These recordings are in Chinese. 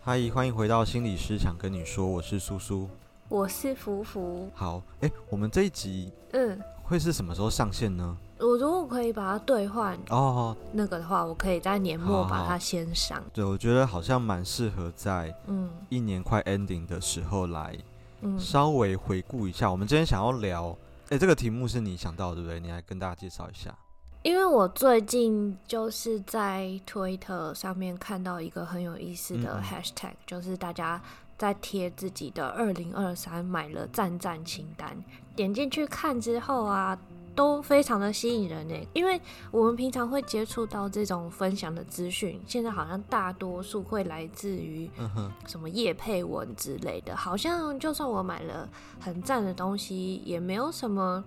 嗨，欢迎回到心理师想跟你说，我是苏苏。我是福福，好，哎，我们这一集嗯，会是什么时候上线呢？我如果可以把它兑换哦，那个的话，我可以在年好末好把它先上，对，我觉得好像蛮适合在嗯一年快 ending 的时候来嗯，稍微回顾一下。我们今天想要聊，哎，这个题目是你想到的，对不对？你来跟大家介绍一下。因为我最近就是在推特上面看到一个很有意思嗯的嗯 hashtag，、就是大家在贴自己的二零二三买了赞赞清单，点进去看之后啊。都非常的吸引人呢，因为我们平常会接触到这种分享的资讯，现在好像大多数会来自于嗯哼，什么叶配文之类的，好像就算我买了很赞的东西，也没有什么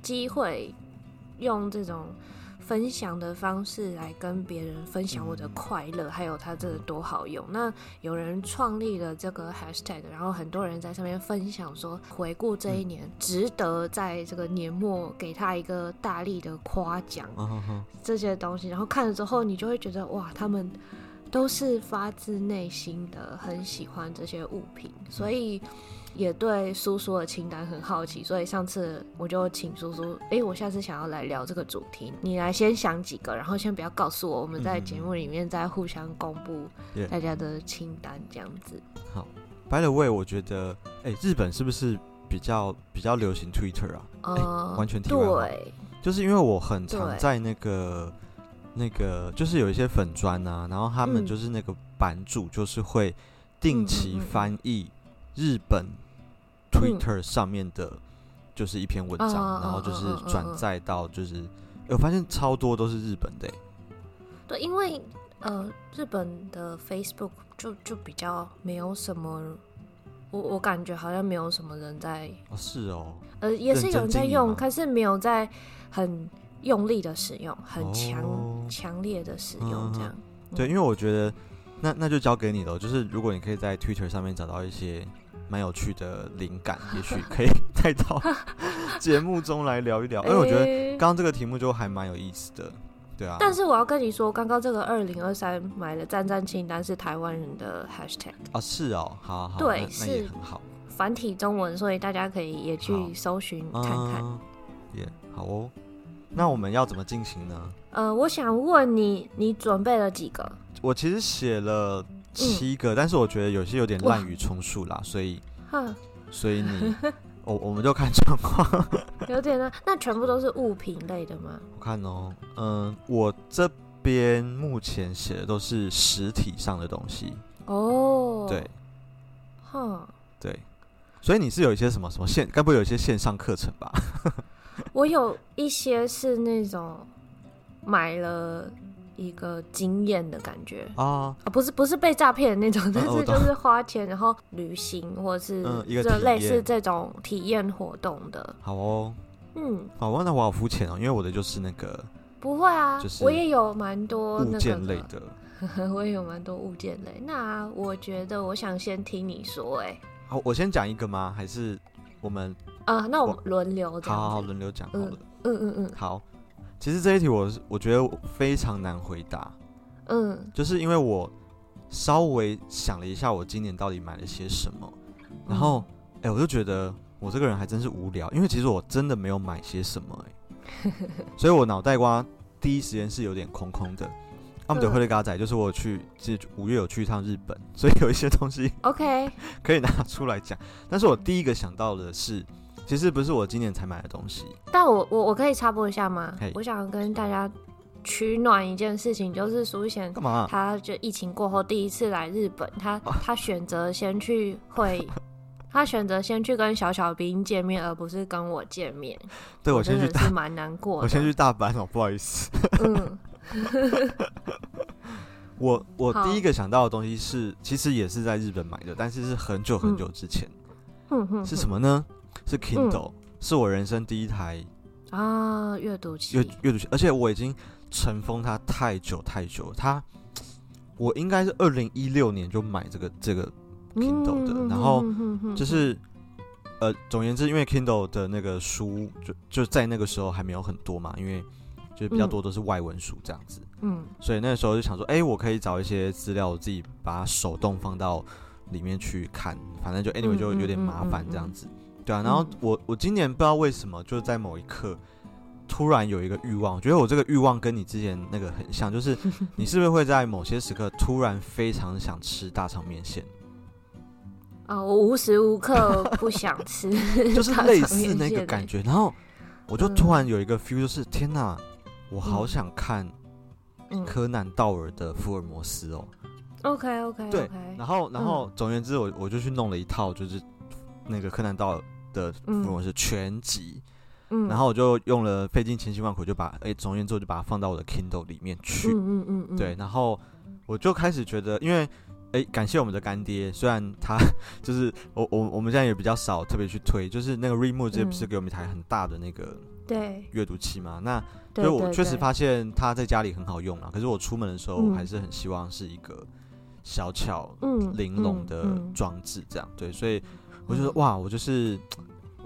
机会用这种分享的方式来跟别人分享我的快乐，还有它真的多好用。那有人创立了这个 hashtag，然后很多人在上面分享说，回顾这一年，值得在这个年末给他一个大力的夸奖。嗯哼哼，这些东西，然后看了之后，你就会觉得哇，他们都是发自内心的很喜欢这些物品，所以也对苏苏的清单很好奇。所以上次我就请苏苏，诶，我下次想要来聊这个主题，你来先想几个，然后先不要告诉我，我们在嗯节目里面再互相公布 Yeah 大家的清单，这样子。嗯好。By the way，我觉得，哎，日本是不是比较比较流行 Twitter 啊？呃，完全题外话对，就是因为我很常对在那个那个，就是有一些粉砖啊，然后他们嗯就是那个版主，就是会定期嗯嗯嗯嗯翻译日本 Twitter 上面的，就是一篇文章，啊啊啊然后就是啊啊啊转载到就是。哎我发现超多都是日本的、欸，对，因为呃，日本的 Facebook 就就比较没有什么，我我感觉好像没有什么人在，哦是哦，呃，也是有人在认真经营吗用，可是没有在很用力的使用，很强、哦强烈的使嗯嗯用嗯这样。对，因为我觉得那那就交给你了，就是如果你可以在 Twitter 上面找到一些蛮有趣的灵感，也许可 以带到节目中来聊一聊，因为我觉得嗯诶刚刚这个题目就还蛮有意思的，对啊。但是我要跟你说，刚刚这个二零二三买了赞赞清单是台湾人的 hashtag 啊，是哦，好好，对那那也是很好，繁体中文，所以大家可以也好去搜寻看看。嗯，也好哦。那我们要怎么进行呢？呃，我想问你，你准备了几个？我其实写了七嗯个，但是我觉得有些有点滥竽充数啦，所以哼，所以 你，我我们就看状况。有点呢，那全部都是物品类的吗？我看哦，嗯，我这边目前写的都是实体上的东西，哦，对，哼，对。所以你是有一些什么什么线，该不会有一些线上课程吧？ 我有一些是那种买了一个经验的感觉啊，啊，不是不是被诈骗的那种，但我是懂就是花钱然后旅行或者是嗯一个这体类验似这种体验活动的，好哦，嗯，哦，那我好肤浅哦，因为我的就是那个不会啊，就是我也有蛮多哦那物个件类的。的 我也有蛮多物件类。那我觉得我想先听你说、欸，好，我先讲一个吗？还是我们啊，那我们我轮流这好好好样子，轮流讲好了？嗯嗯嗯好，其实这一题我是我觉得我非常难回答，嗯，就是因为我稍微想了一下，我今年到底买了些什么，然后哎、我就觉得我这个人还真是无聊，因为其实我真的没有买些什么、 哎，所以我脑袋瓜第一时间是有点空空的。阿嗯姆德惠的嘎仔就是我去，是五月有去一趟日本，所以有一些东西 OK，可以拿出来讲。但是我第一个想到的是，其实不是我今年才买的东西，但我我我可以插播一下吗嘿？我想跟大家取暖一件事情，就是苏贤干嘛、啊他就疫情过后第一次来日本，他他选择先去 会，他选择先去跟小小兵见面，而不是跟我见面。对我我先去真的大，是蛮难过的。我先去大阪哦，不好意思。嗯我我好第一个想到的东西是，其实也是在日本买的，但是是很久嗯很久之前，哼嗯哼嗯是什么呢？是 Kindle，、是我人生第一台啊，阅读阅器，阅读器，而且我已经尘封它太久太久了，它。我应该是二零一六年就买这个这个，Kindle 的嗯然后哼哼哼就是，呃，总言之，因为 Kindle 的那个书就就在那个时候还没有很多嘛，因为就是比较多都是外文书这样子。嗯所以那时候就想说，哎、我可以找一些资料，我自己把手动放到里面去看，反正就 anyway 嗯就有点麻烦嗯嗯嗯这样子，对啊。然后我我今年不知道为什么，就是在某一刻突然有一个欲望，我觉得我这个欲望跟你之前那个很像，就是 你是不是会在某些时刻突然非常想吃大肠面 线，，啊、我无时无刻不想吃 就是类似那个感觉。觉，然后我就嗯突然有一个 feel，就是天哪，我好想看嗯柯南道尔的福尔摩斯哦。 ，OK OK 对 OK，然后，然嗯后，总而言之我，我就去弄了一套，就是那个柯南道尔的福尔摩斯全集，嗯，然后我就用了费尽千辛万苦，就把哎，总而言之，我就把它放到我的 Kindle 里面去。嗯嗯嗯嗯，对，，然后我就开始觉得，因为哎，感谢我们的干爹，虽然他 就是我我我们现在也比较少特别去推，就是那个 Remo 这不是嗯给我们一台很大的那个对，阅读器嘛？那所对以我确实对发现它在家里很好用啊，可是我出门的时候，我嗯还是很希望是一个小巧嗯玲珑的嗯嗯装置，这样对，所以我就嗯说哇，我就是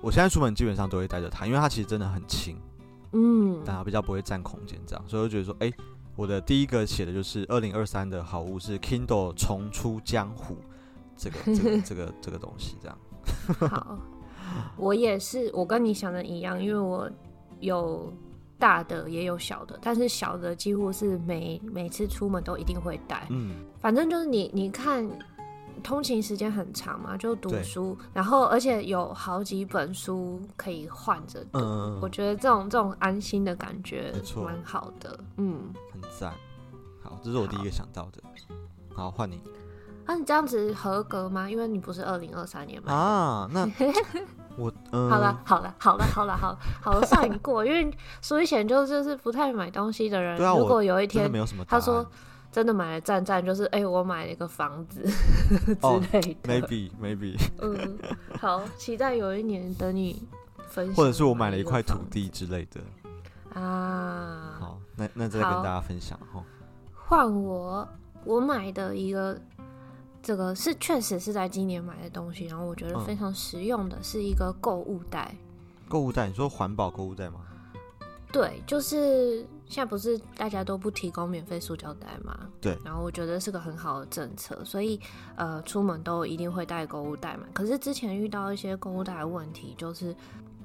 我现在出门基本上都会带着它，因为它其实真的很轻，嗯，但它比较不会占空间，这样，所以我就觉得说，哎，我的第一个写的就是二零二三的好物是 Kindle 重出江湖，这个这个这个这个东西这样， 好，我也是，我跟你想的一样，因为我有大的也有小的，但是小的几乎是每每次出门都一定会带。嗯，反正就是你你看，通勤时间很长嘛，就读对书，然后而且有好几本书可以换着读。嗯嗯嗯 我觉得这种这种安心的感觉没错蛮好的，嗯，很赞，好，这是我第一个想到的，好，换 你。那、啊你这样子合格吗？因为你不是二零二三年嘛，啊， 那我嗯，好了，好了，好了，好了，好了好了，算你过。因为苏一贤就就是不太买东西的人，对啊如我果有一真的天没有什么答他案。说真的买了赞赞，就是哎、我买了一个房子哦 之类的。 maybe maybe，嗯，好，期待有一年等 你分享，或者是我买了一块土地之类的。啊。好，那那再跟好大家分享哈。换我，我买的一个。这个是确实是在今年买的东西，然后我觉得嗯非常实用的，是一个购物袋。购物袋，你说环保购物袋吗？对，就是现在不是大家都不提供免费塑胶袋嘛？对然后我觉得是个很好的政策，所以呃，出门都一定会带购物袋嘛。可是之前遇到一些购物袋的问题，就是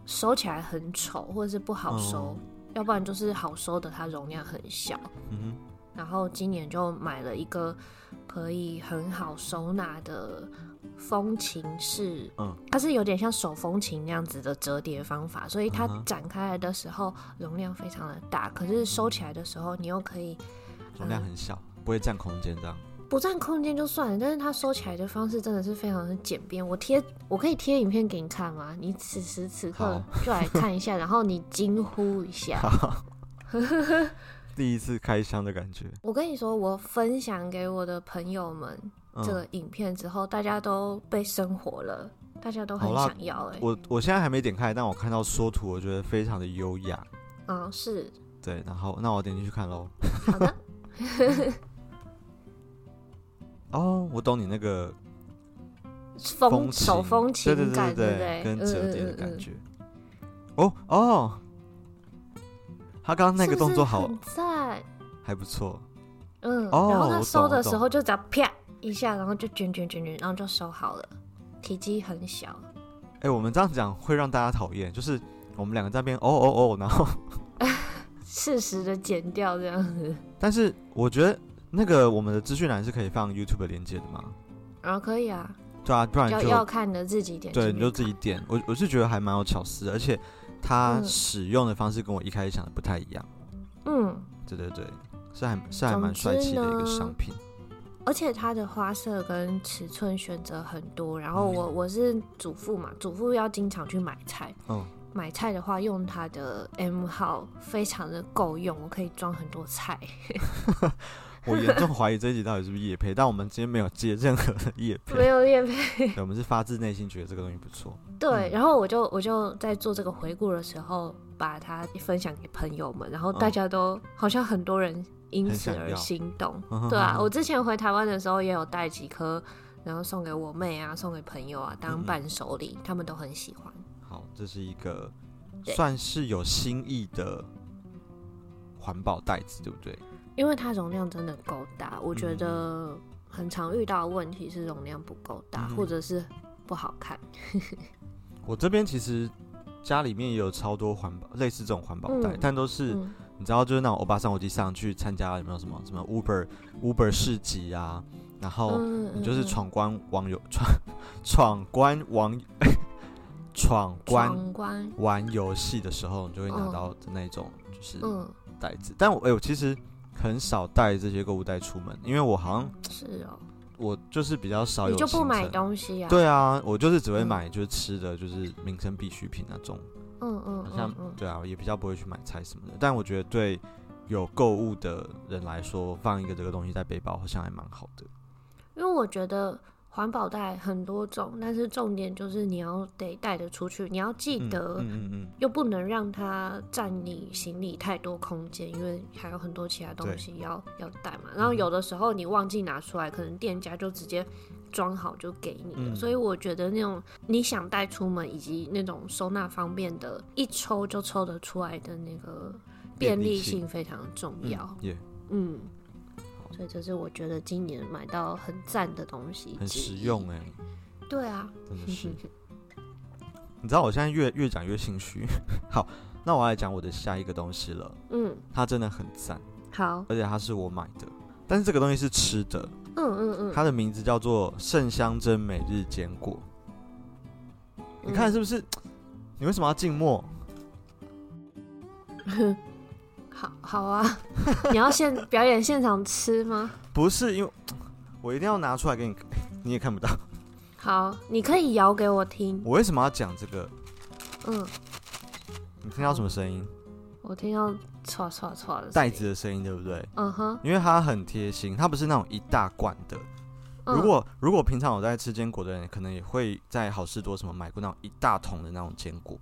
收起来很丑，或者是不好收，哦要不然就是好收的它容量很小。嗯然后今年就买了一个可以很好收纳的风琴式，嗯，它是有点像手风琴那样子的折叠方法，所以它嗯哼展开来的时候容量非常的大，可是收起来的时候你又可以哼，容量很小，不会占空间这样。不占空间就算了，但是它收起来的方式真的是非常的简便。我贴，我可以贴影片给你看吗？你此时此刻 就来看一下，然后你惊呼一下。 第一次开箱的感觉，我跟你说，我分享给我的朋友们，这嗯，个影片之后，大家都被生活了，大家都很好啦想要哎、我我现在还没点开，但我看到缩图，我觉得非常的优雅。嗯，是对，然后那我点进去看喽。好的，哦，我懂你那个情风手风情对对感，对不对？跟折叠的嗯感嗯嗯嗯嗯觉。哦哦，他刚刚那个动作好是不是很赞，还不错。嗯，哦然后我他懂收的我时懂候就只要啪一下，然后就卷卷卷卷，然后就收好了，体积很小，哎、我们这样讲会让大家讨厌，就是我们两个在那边哦哦哦，然后，适时的剪掉这样子， 但是我觉得那个我们的资讯栏是可以放 YouTube 的连接的嘛？然后可以啊，对啊，不然要就要看你的自己点进去对，看，你就自己点。我我是觉得还蛮有巧思的，而且它嗯使用的方式跟我一开始想的不太一样。嗯。对对对，是还是还蛮总之帅气的一个呢商品。而且它的花色跟尺寸选择很多，然嗯后我我是主妇嘛，主妇要经常去买菜，嗯，买菜的话用它的 M 号非常的够用，我可以装很多菜。我严重怀疑这一集到底是不是夜配，但我们今天没有接任何的夜 没配，有叶配。对，我们是发自内心觉得这个东西不错。 对，嗯然后我就我就在做这个回顾的时候，把它分享给朋友们，然哦后大家都、好像很多人因此很想而要嗯心动。对啊，我之前回台湾的时候也有带几颗，然后送给我妹啊，送给朋友啊嗯当嗯伴手礼，他们都很喜欢。好，这是一个对算是有新意的环保袋子，对不对？因为它容量真的够大，我嗯觉得很常遇到的问题是容量不够大，嗯或者是不好看。我这边其实家里面也有超多环保类似这种环保袋，嗯但都是、嗯你知道，就是那种欧巴桑我机上去参加有没有什么什么 Uber Uber 市集啊，然后嗯你就是嗯闯关网友 闯闯关网 闯关嗯闯关，玩游戏的时候，你就会拿嗯到的那种就是嗯，袋子。但我哎、我其实很少带这些购物袋出门，因为我好像是哦，我就是比较少有你就不行买程东西啊？，对啊，我就是只会嗯买就是吃的，就是民生必需品那种。嗯嗯好像嗯嗯，对啊，也比较不会去买菜什么的。但我觉得对有购物的人来说，放一个这个东西在背包好像还蛮好的。因为我觉得。环保袋很多种，但是重点就是你要得带得出去，你要记嗯得嗯嗯嗯，又不能让它占你行李太多空间，因为还有很多其他东对西要要带嘛。然后有的时候你忘记拿出来，可能店家就直接装好就给你了。嗯所以我觉得那种你想带出门以及那种收纳方便的，一抽就抽得出来的那个便便利利性性非常重嗯要。也嗯，所以这是我觉得今年买到很赞的东西，很实用。哎、对啊，真的是。你知道我现在越越讲越心虚。 好，那我来讲我的下一个东西了， 嗯，它真的很赞，好，而且它是我买的。但是这个东西是吃的，嗯嗯嗯，它的名字叫做圣香珍每日坚果。嗯你看是不是？你为什么要静默？好 好啊，你要现表演现场吃吗？不是因为我一定要拿出来给你，你也看不到。 好，你可以摇给我听。我为什么要讲这个？嗯，你听到什么声音？我听到唰唰唰的声音袋。子的声音，对不对？嗯哼，因为它很贴心，它不是那种一大罐的。嗯如果如果平常有在吃坚果的人，可能也会在好事多什么买过那种一大桶的那种坚果。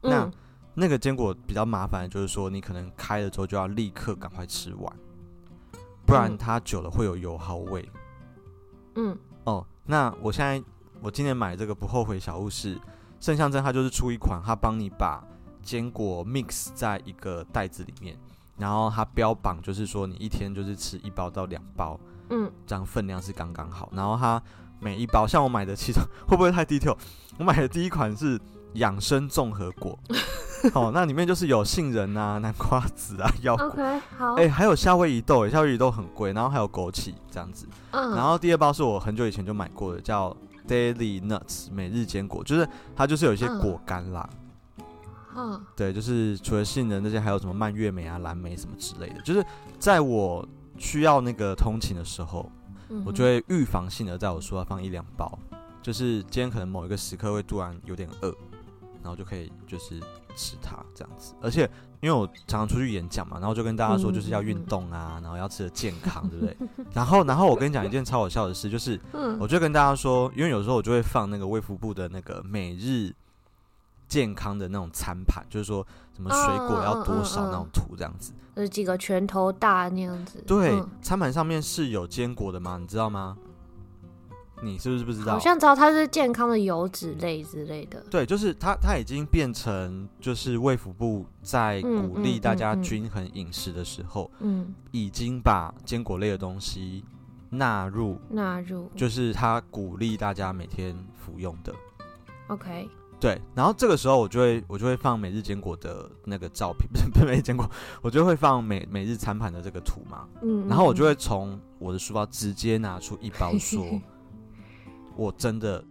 那嗯那个坚果比较麻烦，就是说你可能开了之后就要立刻赶快吃完，不然嗯它久了会有油耗味。嗯哦，那我现在我今年买这个不后悔小物是圣象针，它就是出一款，它帮你把坚果 mix 在一个袋子里面，然后它标榜就是说你一天就是吃一包到两包，嗯，这样分量是刚刚好。然后它每一包，像我买的其中 会不会太 detail？我买的第一款是养生综合果，哦，那里面就是有杏仁啊、南瓜子啊、腰果， OK，好。哎、还有夏威夷豆，哎夏威夷豆很贵，然后还有枸杞这样子。嗯，然后第二包是我很久以前就买过的，叫 Daily Nuts 每日坚果，就是它就是有一些嗯果干啦，嗯对，就是除了杏仁那些，还有什么蔓越莓啊、蓝莓什么之类的，就是在我需要那个通勤的时候，嗯我就会预防性的在我书包放一两包，就是今天可能某一个时刻会突然有点饿，然后就可以就是吃它这样子。而且因为我常常出去演讲嘛，然后就跟大家说嗯就是要运动啊，然后要吃的健康，对不对？然后然后我跟你讲一件超好笑的事，就是嗯我就跟大家说，因为有时候我就会放那个卫福部的那个每日健康的那种餐盘，就是说什么水果要多少那种图这样子。有几个拳头大那样子。对嗯，餐盘上面是有坚果的吗？你知道吗？你是不是不知道好？像知道它是健康的油脂类之类的。对，就是它，它已经变成就是卫福部在嗯鼓励嗯大嗯家嗯均衡饮食的时候，嗯，已经把坚果类的东西纳入，纳入。就是它鼓励大家每天服用的。 OK，对，然后这个时候我就会我就会放每日坚果的那个照片，不 是不是每日坚果，我就会放每每日餐盘的这个图嘛。嗯，然后我嗯就会从我的书包直接拿出一包， 说我真的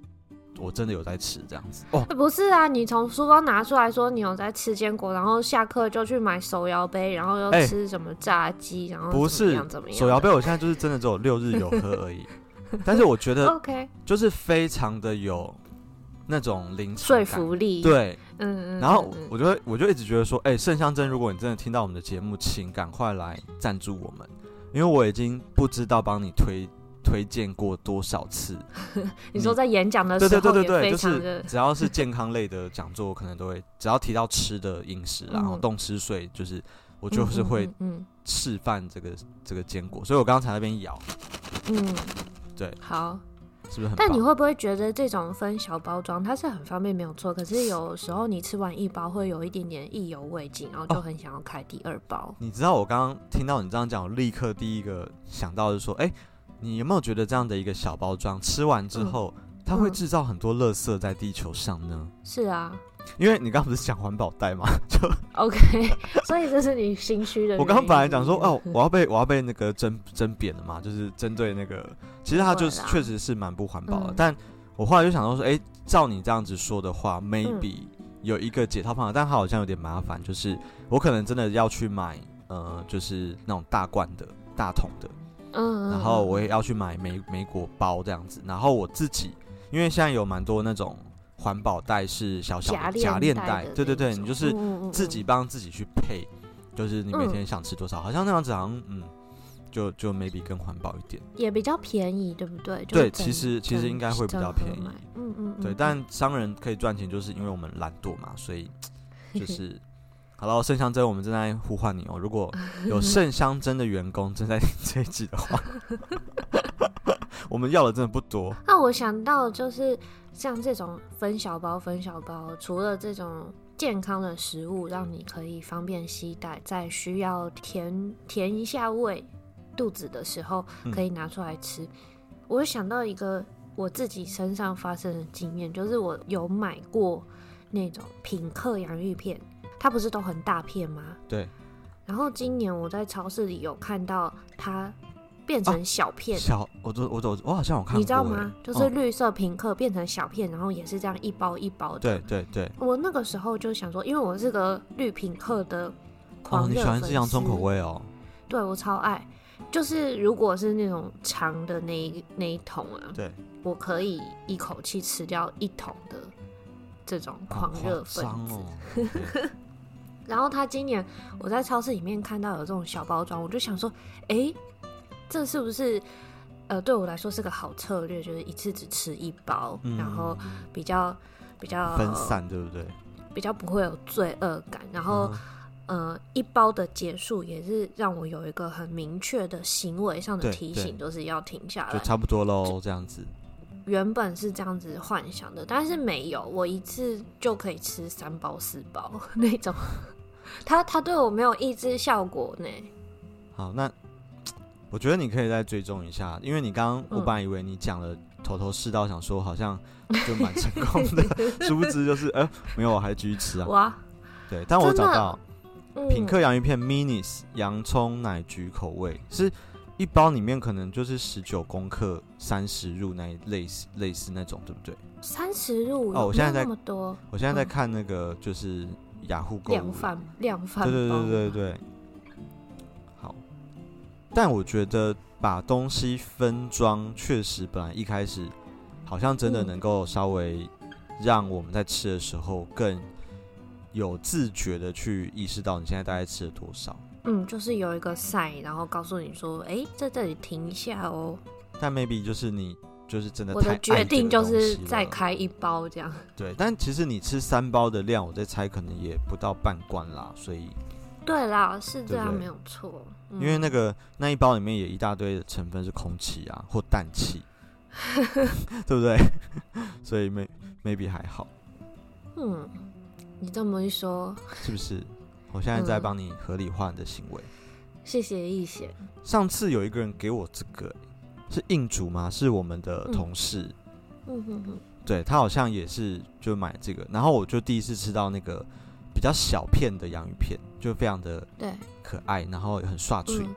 我真的有在吃这样子哦。不是啊，你从书包拿出来说你有在吃坚果，然后下课就去买手摇杯，然后又哎吃什么炸鸡，然后不怎么是样怎么样？手摇杯，我现在就是真的只有六日有喝而 已，但是我觉得 OK，就是非常的有那种临场说感。服力。，对，嗯嗯。然后嗯嗯我就会我就一直觉得说，哎、盛香珍，如果你真的听到我们的节目，请赶快来赞助我们，因为我已经不知道帮你推推荐过多少次。你说在演讲的嗯对时对对候对也对，非就常是的，只要是健康类的讲座，我可能都会，只要提到吃的饮食，然后嗯动吃睡，就是我就是会嗯示范这个这个坚果，所以我刚才那边咬，嗯嗯嗯对，好，是不是很棒？但你会不会觉得这种分小包装它是很方便没有错，可是有时候你吃完一包会有一点点意犹未尽，然后哦就很想要开第二包。你知道我刚刚听到你这样讲，我立刻第一个想到的是说，哎、你有没有觉得这样的一个小包装吃完之后，它会嗯制造很多垃圾在地球上呢？是啊因为你刚刚不是讲环保袋吗？就，OK，所 以这是你心虚的原因。我刚刚本来讲说，哦，我要被我要被那个针针扁了嘛，就是针对那个，其实它就是不会确啦实是蛮不环保的。嗯但我后来就想到说，哎、照你这样子说的话，maybe、有一个解套方法，但它好像有点麻烦，就是我可能真的要去买，呃，就是那种大罐的、大桶的，嗯，嗯，然后嗯我也要去买梅梅果包这样子，然后我自己，因为现在有蛮多那种环保袋是小小夹的夹链带袋的那种，，对对对，你就是嗯自己帮自己去配，就是你每嗯天想吃多少，好像那样子，好像嗯，就就 maybe 更环保一点。也比较便宜，对不对？就是对，整其实其实应该会比较便宜，，整整盒买嗯嗯，嗯对。嗯但商人可以赚钱，就是因为我们懒惰嘛，所 以就是好了，盛香珍，我们正在呼唤你哦。如 果有盛香珍的员工正在听这一集的话， 我们要的真的不多。那我想到就是像这种分小包分小包，除了这种健康的食物，让你可以方便携带，在需要填填一下胃肚子的时候嗯，可以拿出来吃。我想到一个我自己身上发生的经验，就是我有买过那种品客洋芋片，它不是都很大片吗？对，然后今年我在超市里有看到它变成小片，小，我都我都我好像有看过欸，你知道吗？就是嗯绿色品客变成小片，然后也是这样一包一包的。对对对，我那个时候就想说，因为我是个绿品客的哦，狂你热喜粉欢丝，吃洋葱口，味哦。对我超爱。就是如果是那种长的那一那一桶啊，对，我可以一口气吃掉一桶的这种狂热分哦好夸张子。 哦。然后他今年我在超市里面看到有这种小包装，我就想说，诶，这是不是呃对我来说是个好策略？就是一次只吃一包，嗯然后呃比较比较分，散，对不对？比较不会有罪恶感。然后、嗯呃，一包的结束也是让我有一个很明确的行为上的对提对醒，就是要停下就来。差不多喽，这样子。原本是这样子幻想的，但是没有，我一次就可以吃三包四包 那种。它它对我没有抑制效果呢。好，那我觉得你可以再追踪一下，因为你刚刚我嗯本来以为你讲了头头是道，想说好像就蛮成功 的，殊不知就是呃没有，我还继续吃啊。哇，对，但我真的找到嗯品客洋芋片 minis 洋葱奶橘口味，是一包里面可能就是十九公克、三十入那一类似类似那种，对不对？三十入哦我现在有没有在那么多我现在在嗯看那个就是雅虎购量物，贩量贩对对包对对对，好。但我觉得把东西分装，确实本来一开始好像真的嗯能够稍微让我们在吃的时候更有自觉的去意识到你现在大概吃了多少。嗯，就是有一个赛，然后告诉你说，哎、在这里停一下哦。但 maybe 就是你就是真的我太的爱决这定个就东是西再了开一包这样。 对，但其实你吃三包的量，我在猜可能也不到半罐啦，所以对啦，是这对样不对没有错。嗯因为那个那一包里面也一大堆的成分是空气啊或氮 气，对不对？ 所以 may maybe 还好，嗯，你这么一说，是不是？我现在在嗯帮你合理化你的行为。谢谢易贤。上次有一个人给我这个，是印主吗？是我们的嗯同事，嗯哼哼，对他好像也是就买这个，然后我就第一次吃到那个比较小片的洋芋片，就非常的对，可爱，然后也很刷嘴。嗯，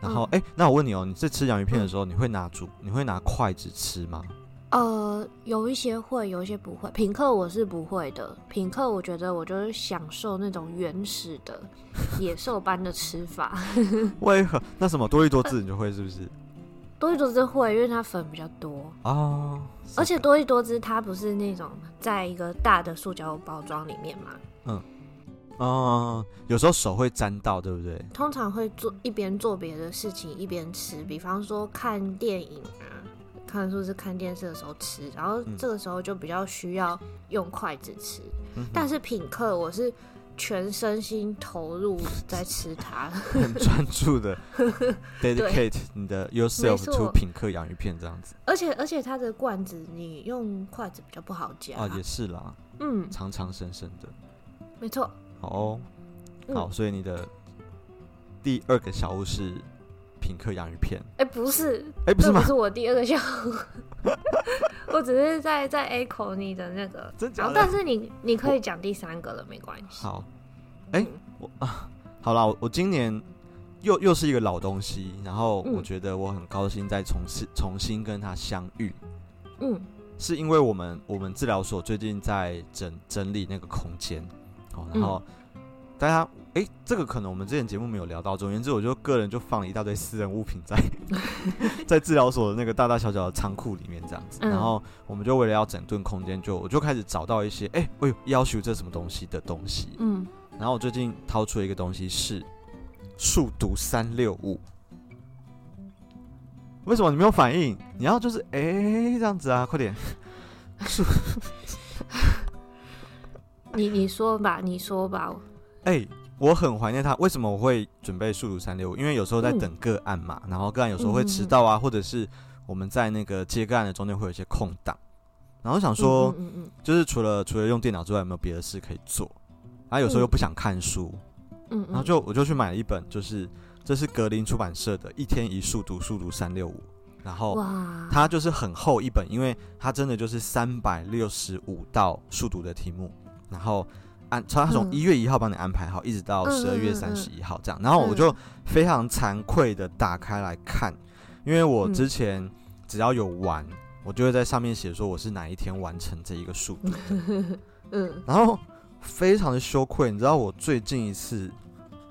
然后哎、那我问你哦，你在吃洋芋片的时候，你会拿竹，你会拿筷子吃吗？呃，有一些会，有一些不会。品客我是不会的，品客我觉得我就是享受那种原始的野兽般的吃法。为何？那什么多利多呃汁你就会是不是？多一多汁会，因为它粉比较多，哦，而且多一多汁它不是那种在一个大的塑胶包装里面嘛，哦，有时候手会沾到，对不对？通常会做一边做别的事情一边吃，比方说看电影啊，看书是看电视的时候吃，然后嗯这个时候就比较需要用筷子吃。嗯哼但是品客我是全身心投入在吃 它。很专注的 dedicate 你的 yourself 错 to 品客洋芋片这样子而且而且它的罐子，你用筷子比较不好夹。啊，也是啦，嗯，长长深深的。没错。好哦，嗯好，所以你的第二个小物是品客洋芋片，哎、不是，哎，不是这吗不？是我第二个笑话， 我只是在在 echo 你的那个。真然假后，但的？是你你可以讲第三个了，没关系。好，哎嗯好啦，我我今年又又是一个老东西，然后嗯我觉得我很高兴再重新重新跟它相遇，嗯，是因为我们我们治疗所最近在整整理那个空间，好，嗯然后大家诶，这个可能我们之前节目没有聊到，总而言之，我就个人就放了一大堆私人物品在 在治疗所的那个大大小小的仓库里面这样子，嗯然后我们就为了要整顿空间，就我就开始找到一些诶，哎呦要求这什么东西的东西，嗯，然后我最近掏出了一个东西是数独三六五。为什么你没有反应？你要就是哎、诶这样子啊，快点！你你说吧，你说吧。嗯哎、我很怀念它。为什么我会准备数独三六五？因为有时候在等个案嘛，嗯然后个案有时候会迟到啊，或者是我们在那个接个案的中间会有一些空档。然后想说，嗯嗯嗯就是除了除了用电脑之外，有没有别的事可以做？然后有时候又不想看书，嗯，嗯然后就我就去买了一本，就是这是格林出版社的《一天一数读数读三六五》，然后哇，它就是很厚一本，因为它真的就是三百六十五道数读的题目，然后按它从嗯一月一号帮你安排好，一直到嗯十二月嗯嗯三十一号这样，然后我就嗯非常惭愧的打开来看，因为我嗯之前只要有玩，我就会在上面写说我是哪一天完成这一个数读的， 嗯然后非常的羞愧，你知道我最近一次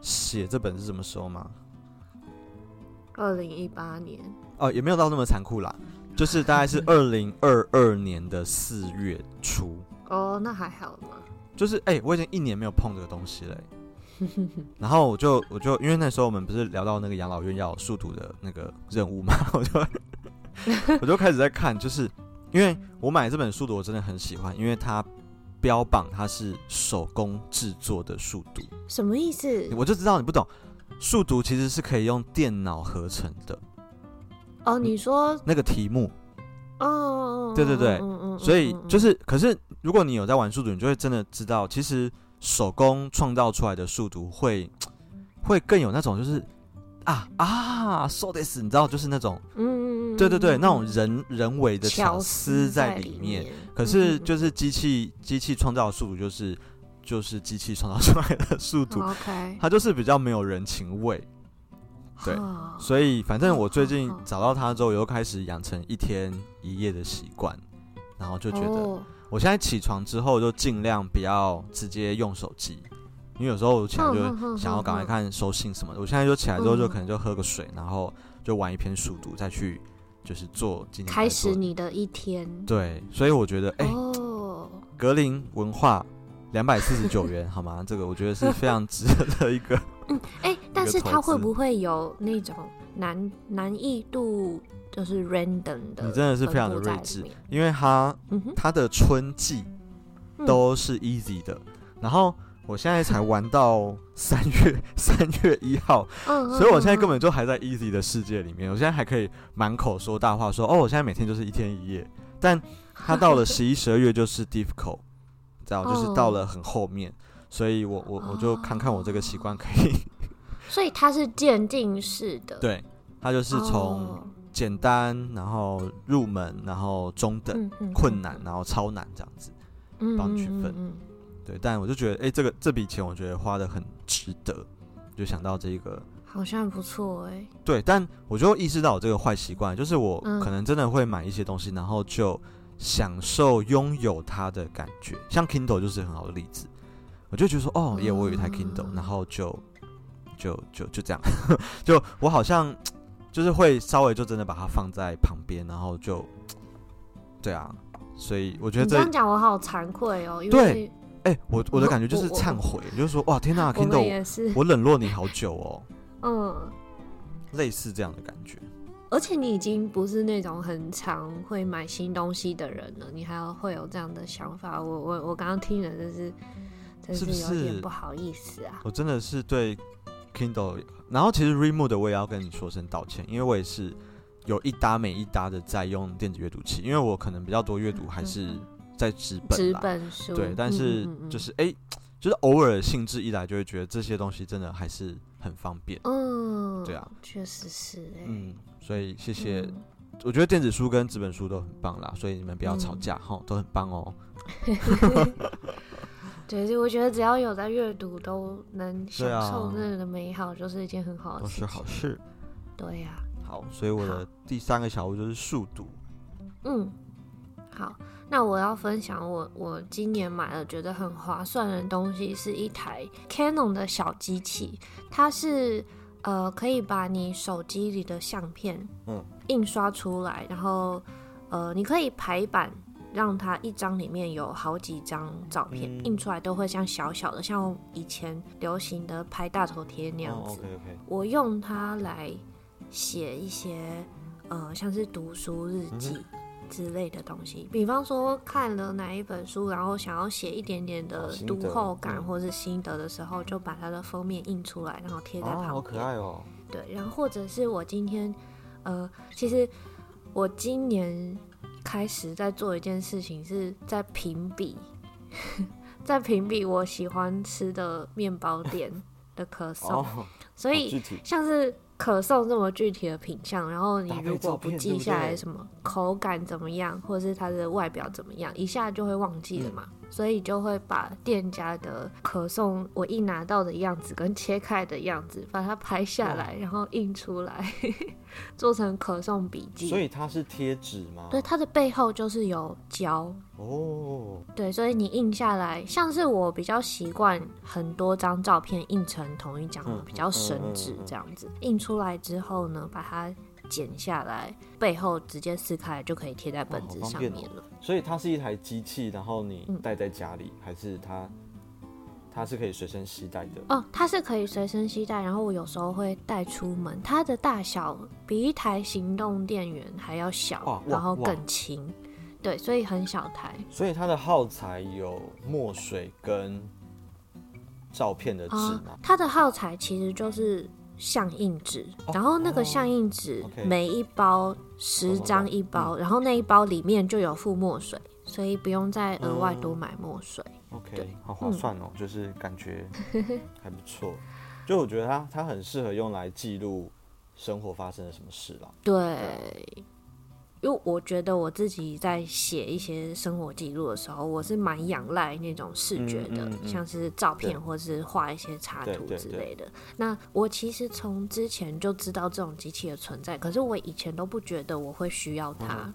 写这本是什么时候吗？二零一八年，哦，也没有到那么残酷啦，就是大概是二零二二年的四月初，哦，那还好嘛。就是哎、我已经一年没有碰这个东西了欸、然后我就我就因为那时候我们不是聊到那个养老院要有速读的那个任务嘛， 我就我就开始在看，就是因为我买这本速读我真的很喜欢，因为它标榜它是手工制作的速读，什么意思？我就知道你不懂，数独其实是可以用电脑合成的哦，你说，那个题目，哦，对对对嗯嗯嗯所以嗯嗯就是，可是如果你有在玩数独，你就会真的知道，其实手工创造出来的数独会会更有那种就是啊啊，so this，你知道，就是那种嗯嗯嗯，对对对，嗯那种人人为的巧巧思在里嗯里面。。可是就是机器机器创造的数独就是就是机器创造出来的数哦独，OK，它就是比较没有人情味。对哦所以反正我最近好好好找到它之后，又开始养成一天一夜的习惯，然后就觉得哦我现在起床之后就尽量不要直接用手机，因为有时候我起来哼就哼哼会想要赶快哼看收信什么的。我现在就起来之后就嗯可能就喝个水，然后就玩一篇数独，再去就是做今天开该做始的你的一天。嗯对，所以我觉得哎、哦，格林文化。两百四十九元，好吗？这个我觉得是非常值得的一 个。哎，但是它投资会不会有那种难难易度，就是 random 的？你真的是非常的睿智，因为它嗯哼，它的春季嗯都是 easy 的。然后我现在才玩到三月三月一号，嗯，嗯所以我现在嗯根本就还在 easy 的世界里面。我现在还可以满口说大话说，哦，我现在每天就是一天一夜。但它到 了十一、十二月就是 difficult，你知道，就是到了很后哦面。所以我我我就看看我这个习惯可以，哦嗯所以它是渐进式的， 对，它就是哦，从简单，然后入门，然后中等、嗯嗯困难，然后超难这样子。嗯帮你去分嗯嗯嗯对，但我就觉得，哎、这个这笔钱我觉得花的很值得，就想到这个，好像不错哎。对，但我就意识到我这个坏习惯，就是我嗯可能真的会买一些东西，然后就享受拥有它的感觉，像 Kindle 就是很好的例子，我就觉得说，哦，耶，我有一台 Kindle，嗯然后就就就就这样， 就我好像就是会稍微就真的把它放在旁边，然后就，对啊，所以我觉得你这这样讲我好惭愧哦，因对为哎、我我的感觉就是我我忏悔，就是说哇，天呐我们，Kindle，也是，我冷落你好久哦，嗯。类似这样的感觉。而且你已经不是那种很常会买新东西的人了，你还要会有这样的想法，我我我刚刚听了，真是真是不有点是不好意思啊。我真的是对 Kindle，然后其实 Readmo 的我也要跟你说声道歉，因为我也是有一搭没一搭的在用电子阅读器，因为我可能比较多阅读还是在纸本纸啦，本嗯书对，但是就是哎、就是偶尔兴致一来就会觉得这些东西真的还是很方便，嗯，对啊，确实是哎、嗯，所以谢嗯谢，我觉得电子书跟纸本书都很棒啦，所以你们不要吵嗯架哈、都很棒哦。对，就我觉得只要有在阅读，都能享对啊受那个美好，就是一件很好的都事是情。好事。对啊呀、好，所以我的第三个小物就是数独。嗯，好，那我要分享我我今年买了觉得很划算的东西，是一台 Canon 的小机器，它是呃可以把你手机里的相片嗯印刷出来，然后呃你可以排版。让它一张里面有好几张照片，嗯印出来都会像小小的，像以前流行的拍大头贴那样子。哦 OK。我用它来写一些呃，像是读书日嗯记之类的东西。比方说看了哪一本书，然后想要写一点点哦的心得读后感嗯或是心得的时候，就把它的封面印出来，然后贴在旁边。哦。对，然后或者是我今天，呃，其实我今年开始在做一件事情，是在评比， 在评比我喜欢吃的面包店的可颂，哦，所以体像是可颂这么具体的品相，然后你搭配如果照不片对记不下来对什么口感怎么样，或者是它的外表怎么样，一下就会忘记嗯了嘛。所以就会把店家的可颂我一拿到的样子跟切开的样子，把它拍下来，然后印出来， 做成可颂笔记。以它是贴纸吗对，它的背后就是有胶，哦，对，所以你印下来，像是我比较习惯很多张照片印成同一张嘛嗯，比较省纸这样子。印出来之后呢，把它剪下来，背后直接撕开就可以贴在本子哇好方上便哦面了。所以它是一台机器，然后你嗯带在家里，还是它它是可以随身携带的？哦，它是可以随身携带，然后我有时候会带出门。它的大小比一台行动电源还要哇小哇，然后哇更轻，对，所以很小台。所以它的耗材有墨水跟照片的纸吗？哦它的耗材其实就是相印纸，哦然后那个相印纸哦，OK 每一包十张一嗯包，然后那一包里面就有附墨水，所以不用再额外嗯多买墨水。 OK，哦对嗯好划算哦，就是感 觉还不错。就我觉得它它很适合用来记录生活发生了什么事啦。啊对，因为我觉得我自己在写一些生活记录的时候，我是蛮仰赖那种视觉的，嗯嗯嗯像是照对片或是画一些插对图对之对类的。那我其实从之前就知道这种机器的存在，可是我以前都不觉得我会需要它。嗯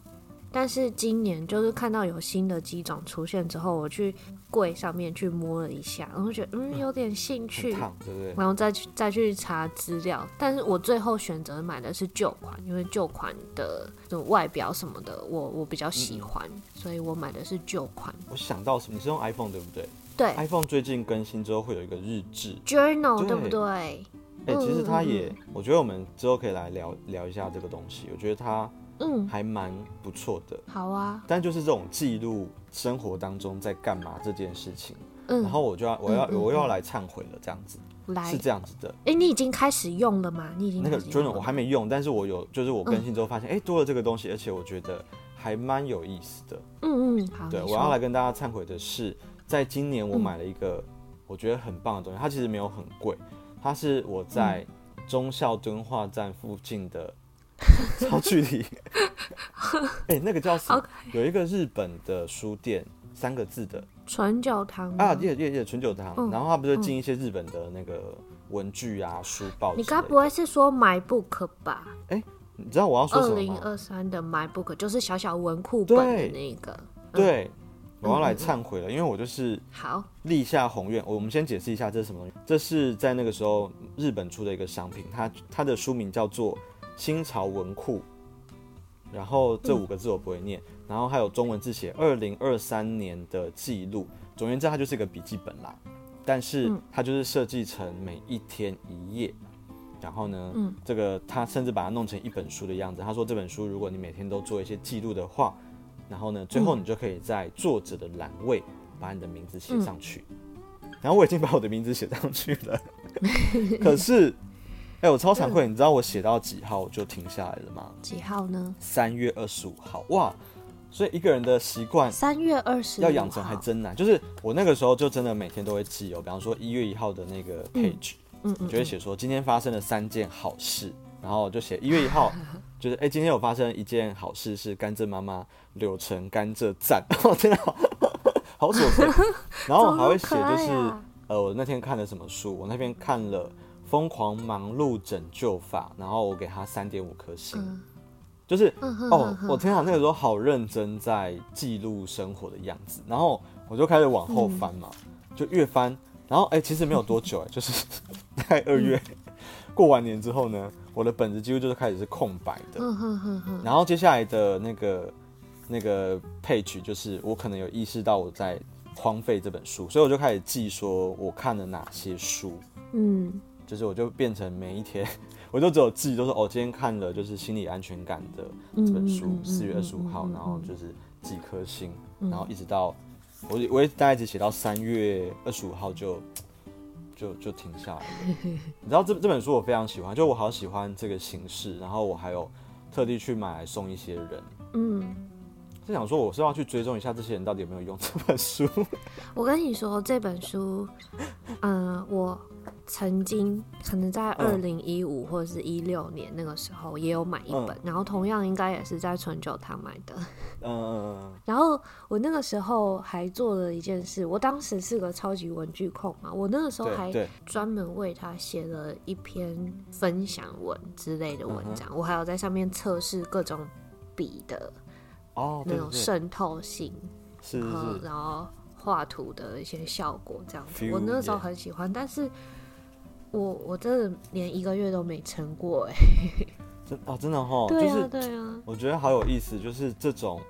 但是今年就是看到有新的机种出现之后，我去柜上面去摸了一下，然后觉得嗯有点兴很趣，烫，对不对？然后再去再去查资料。但是我最后选择买的是旧款，因为旧款的这种外表什么的，我我比较喜嗯欢，所以我买的是旧款。我想到什么？你是用 iPhone 对不对对？iPhone 最近更新之后会有一个日志， ，Journal 哎对对不对？哎、其实它也嗯，我觉得我们之后可以来聊聊一下这个东西。我觉得它嗯，还蛮不错的，好啊，但就是这种记录生活当中在干嘛这件事情，嗯，然后我就要我要嗯嗯我又要来忏悔了，这样子来是，这样子的。哎，你已经开始用了吗？你已经那个开始用 journal 了我吗还没用，但是我有，就是我更新之后发现，哎、嗯多了这个东西，而且我觉得还蛮有意思的。嗯嗯，好，对，你我说嗯要来跟大家忏悔的是，在今年我买了一个我觉得很棒的东西，它其实没有很贵，它是我嗯在忠孝敦化站附近 的超距离，哎、那个叫什么 OK 有一个日本的书店，三个字的纯酒堂啊，吗也也也纯酒堂，嗯然后它不是进一些日本的那个文具啊、书报之类的，你该不会是说 My Book 吧？你知道我要说什二么零吗？二三的 My Book 就是小小文库本的对那个。对，我嗯要来忏悔了，因为我就是好，立下宏愿。我们先解释一下这是什么东西，这是在那个时候日本出的一个商品，它它的书名叫做《新潮文库》，然后这五个字我不会念，然后还有中文字写二零二三年的记录。总而言之，它就是一个笔记本啦，但是嗯它就是设计成每一天一页。然后呢，嗯这个他甚至把它弄成一本书的样子。他说这本书，如果你每天都做一些记录的话，嗯嗯然后呢，最后你就可以在作者的栏位把你的名字写上去。然后我已经把我的名字写上去了，可是，哎、我超惭嗯愧，你知道我写到几号我就停下来了吗？几号呢？三月二十五号，哇！所以一个人的习惯三月二十要养成还真难，就是我那个时候就真的每天都会记哦，比方说一月一号的那个 page，、嗯嗯，你就会写说今天发生了三件好事，然后就写一月一号，就是哎、今天有发生一件好事是甘蔗妈妈柳橙甘蔗赞， 哦真的好好琐 碎，然后我还会写就是、呃我那天看了什么书，我那天看了《疯狂忙碌拯救法》，然后我给他三点五颗星，嗯就是嗯哼哦哼，哼我天啊，那个时候好认真在记录生活的样子，然后我就开始往后翻嘛，嗯就越翻，然后哎、其实没有多久哎、就是 在二月、嗯过完年之后呢，我的本子几乎就是开始是空白的，嗯哼哼哼，然后接下来的那个那个配曲就是我可能有意识到我在荒废这本书，所以我就开始记说我看了哪些书，嗯就是我就变成每一天 我就只有记，就是哦今天看了就是心理安全感的嗯，这本嗯书嗯，四月嗯二十五嗯号，嗯然后嗯就是几颗星，嗯然后一直到我我也大概只写到三月二十五号就就就停下来了。 你知道这这本书我非常喜欢，就我好喜欢这个形式，然后我还有特地去买来送一些人，嗯，是想说我是要去追踪一下这些人到底有没有用这本 书。我跟你说这本书， 嗯、我曾经可能在二嗯零一五或者是一六年那个时候也有买一嗯本，然后同样应该也是在纯酒堂买的。 嗯，然后我那个时候还做了一件事，我当时是个超级文具控嘛，我那个时候还对对，专门为他写了一篇分享文之类的文嗯章，我还有在上面测试各种笔的哦，那对种对对，渗透性，是是然后嗯是，然后画图的一些效果这样子。 Feel，我那时候 yeah 很喜欢，但是我我真的连一个月都没撑过哎、真哦真的哈，对就啊是对啊，我觉得好有意思，就是这种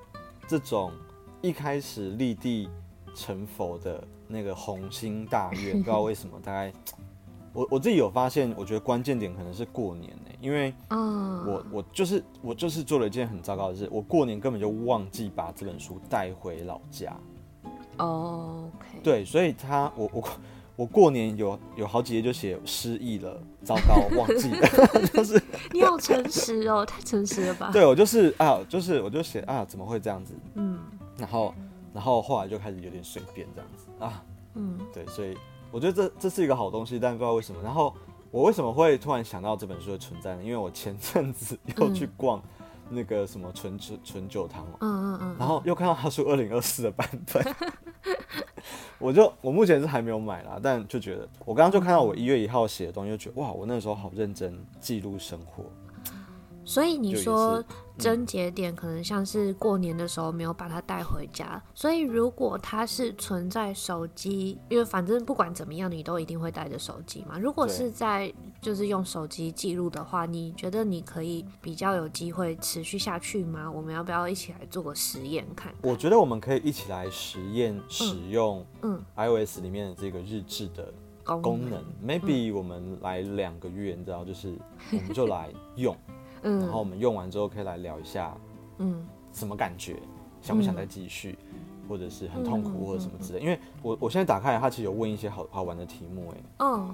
这种一开始立地成佛的那个宏心大愿，不知道为什么，大概我我自己有发现，我觉得关键点可能是过年呢、因为嗯，我我就是我就是做了一件很糟糕的事，我过年根本就忘记把这本书带回老家，哦 OK，对，所以他我我。我过年有有好几页就写失忆了，糟糕，忘记了，就是你好诚实哦，太诚实了吧？对我就是啊，就是我就写啊，怎么会这样子？嗯然后，然后后来就开始有点随便这样子啊，嗯。对，所以我觉得这这是一个好东西，但不知道为什么。然后我为什么会突然想到这本书的存在呢？因为我前阵子又去逛那个什么纯纯纯酒堂网，嗯嗯然后又看到他出二零二四的版本， 我就我目前是还没有买啦，但就觉得我刚刚就看到我一月一号写的东西，就觉得哇，我那时候好认真记录生活，嗯，所以你就也说是症结点可能像是过年的时候没有把它带回家，所以如果它是存在手机，因为反正不管怎么样，你都一定会带着手机嘛。如果对是在就是用手机记录的话，你觉得你可以比较有机会持续下去吗？我们要不要一起来做个实验看？我觉得我们可以一起来实验使用嗯 iOS 里面的这个日志的功功能。Maybe 嗯我们来两个月，你知道，就是我们就来用，然后我 嗯们用完之后可以来聊一下嗯什么感觉，想不想再继续，或者是很痛嗯嗯苦或者什么之类。因为我我现在打开来，他其实有问一些好好玩的题目，哎，哦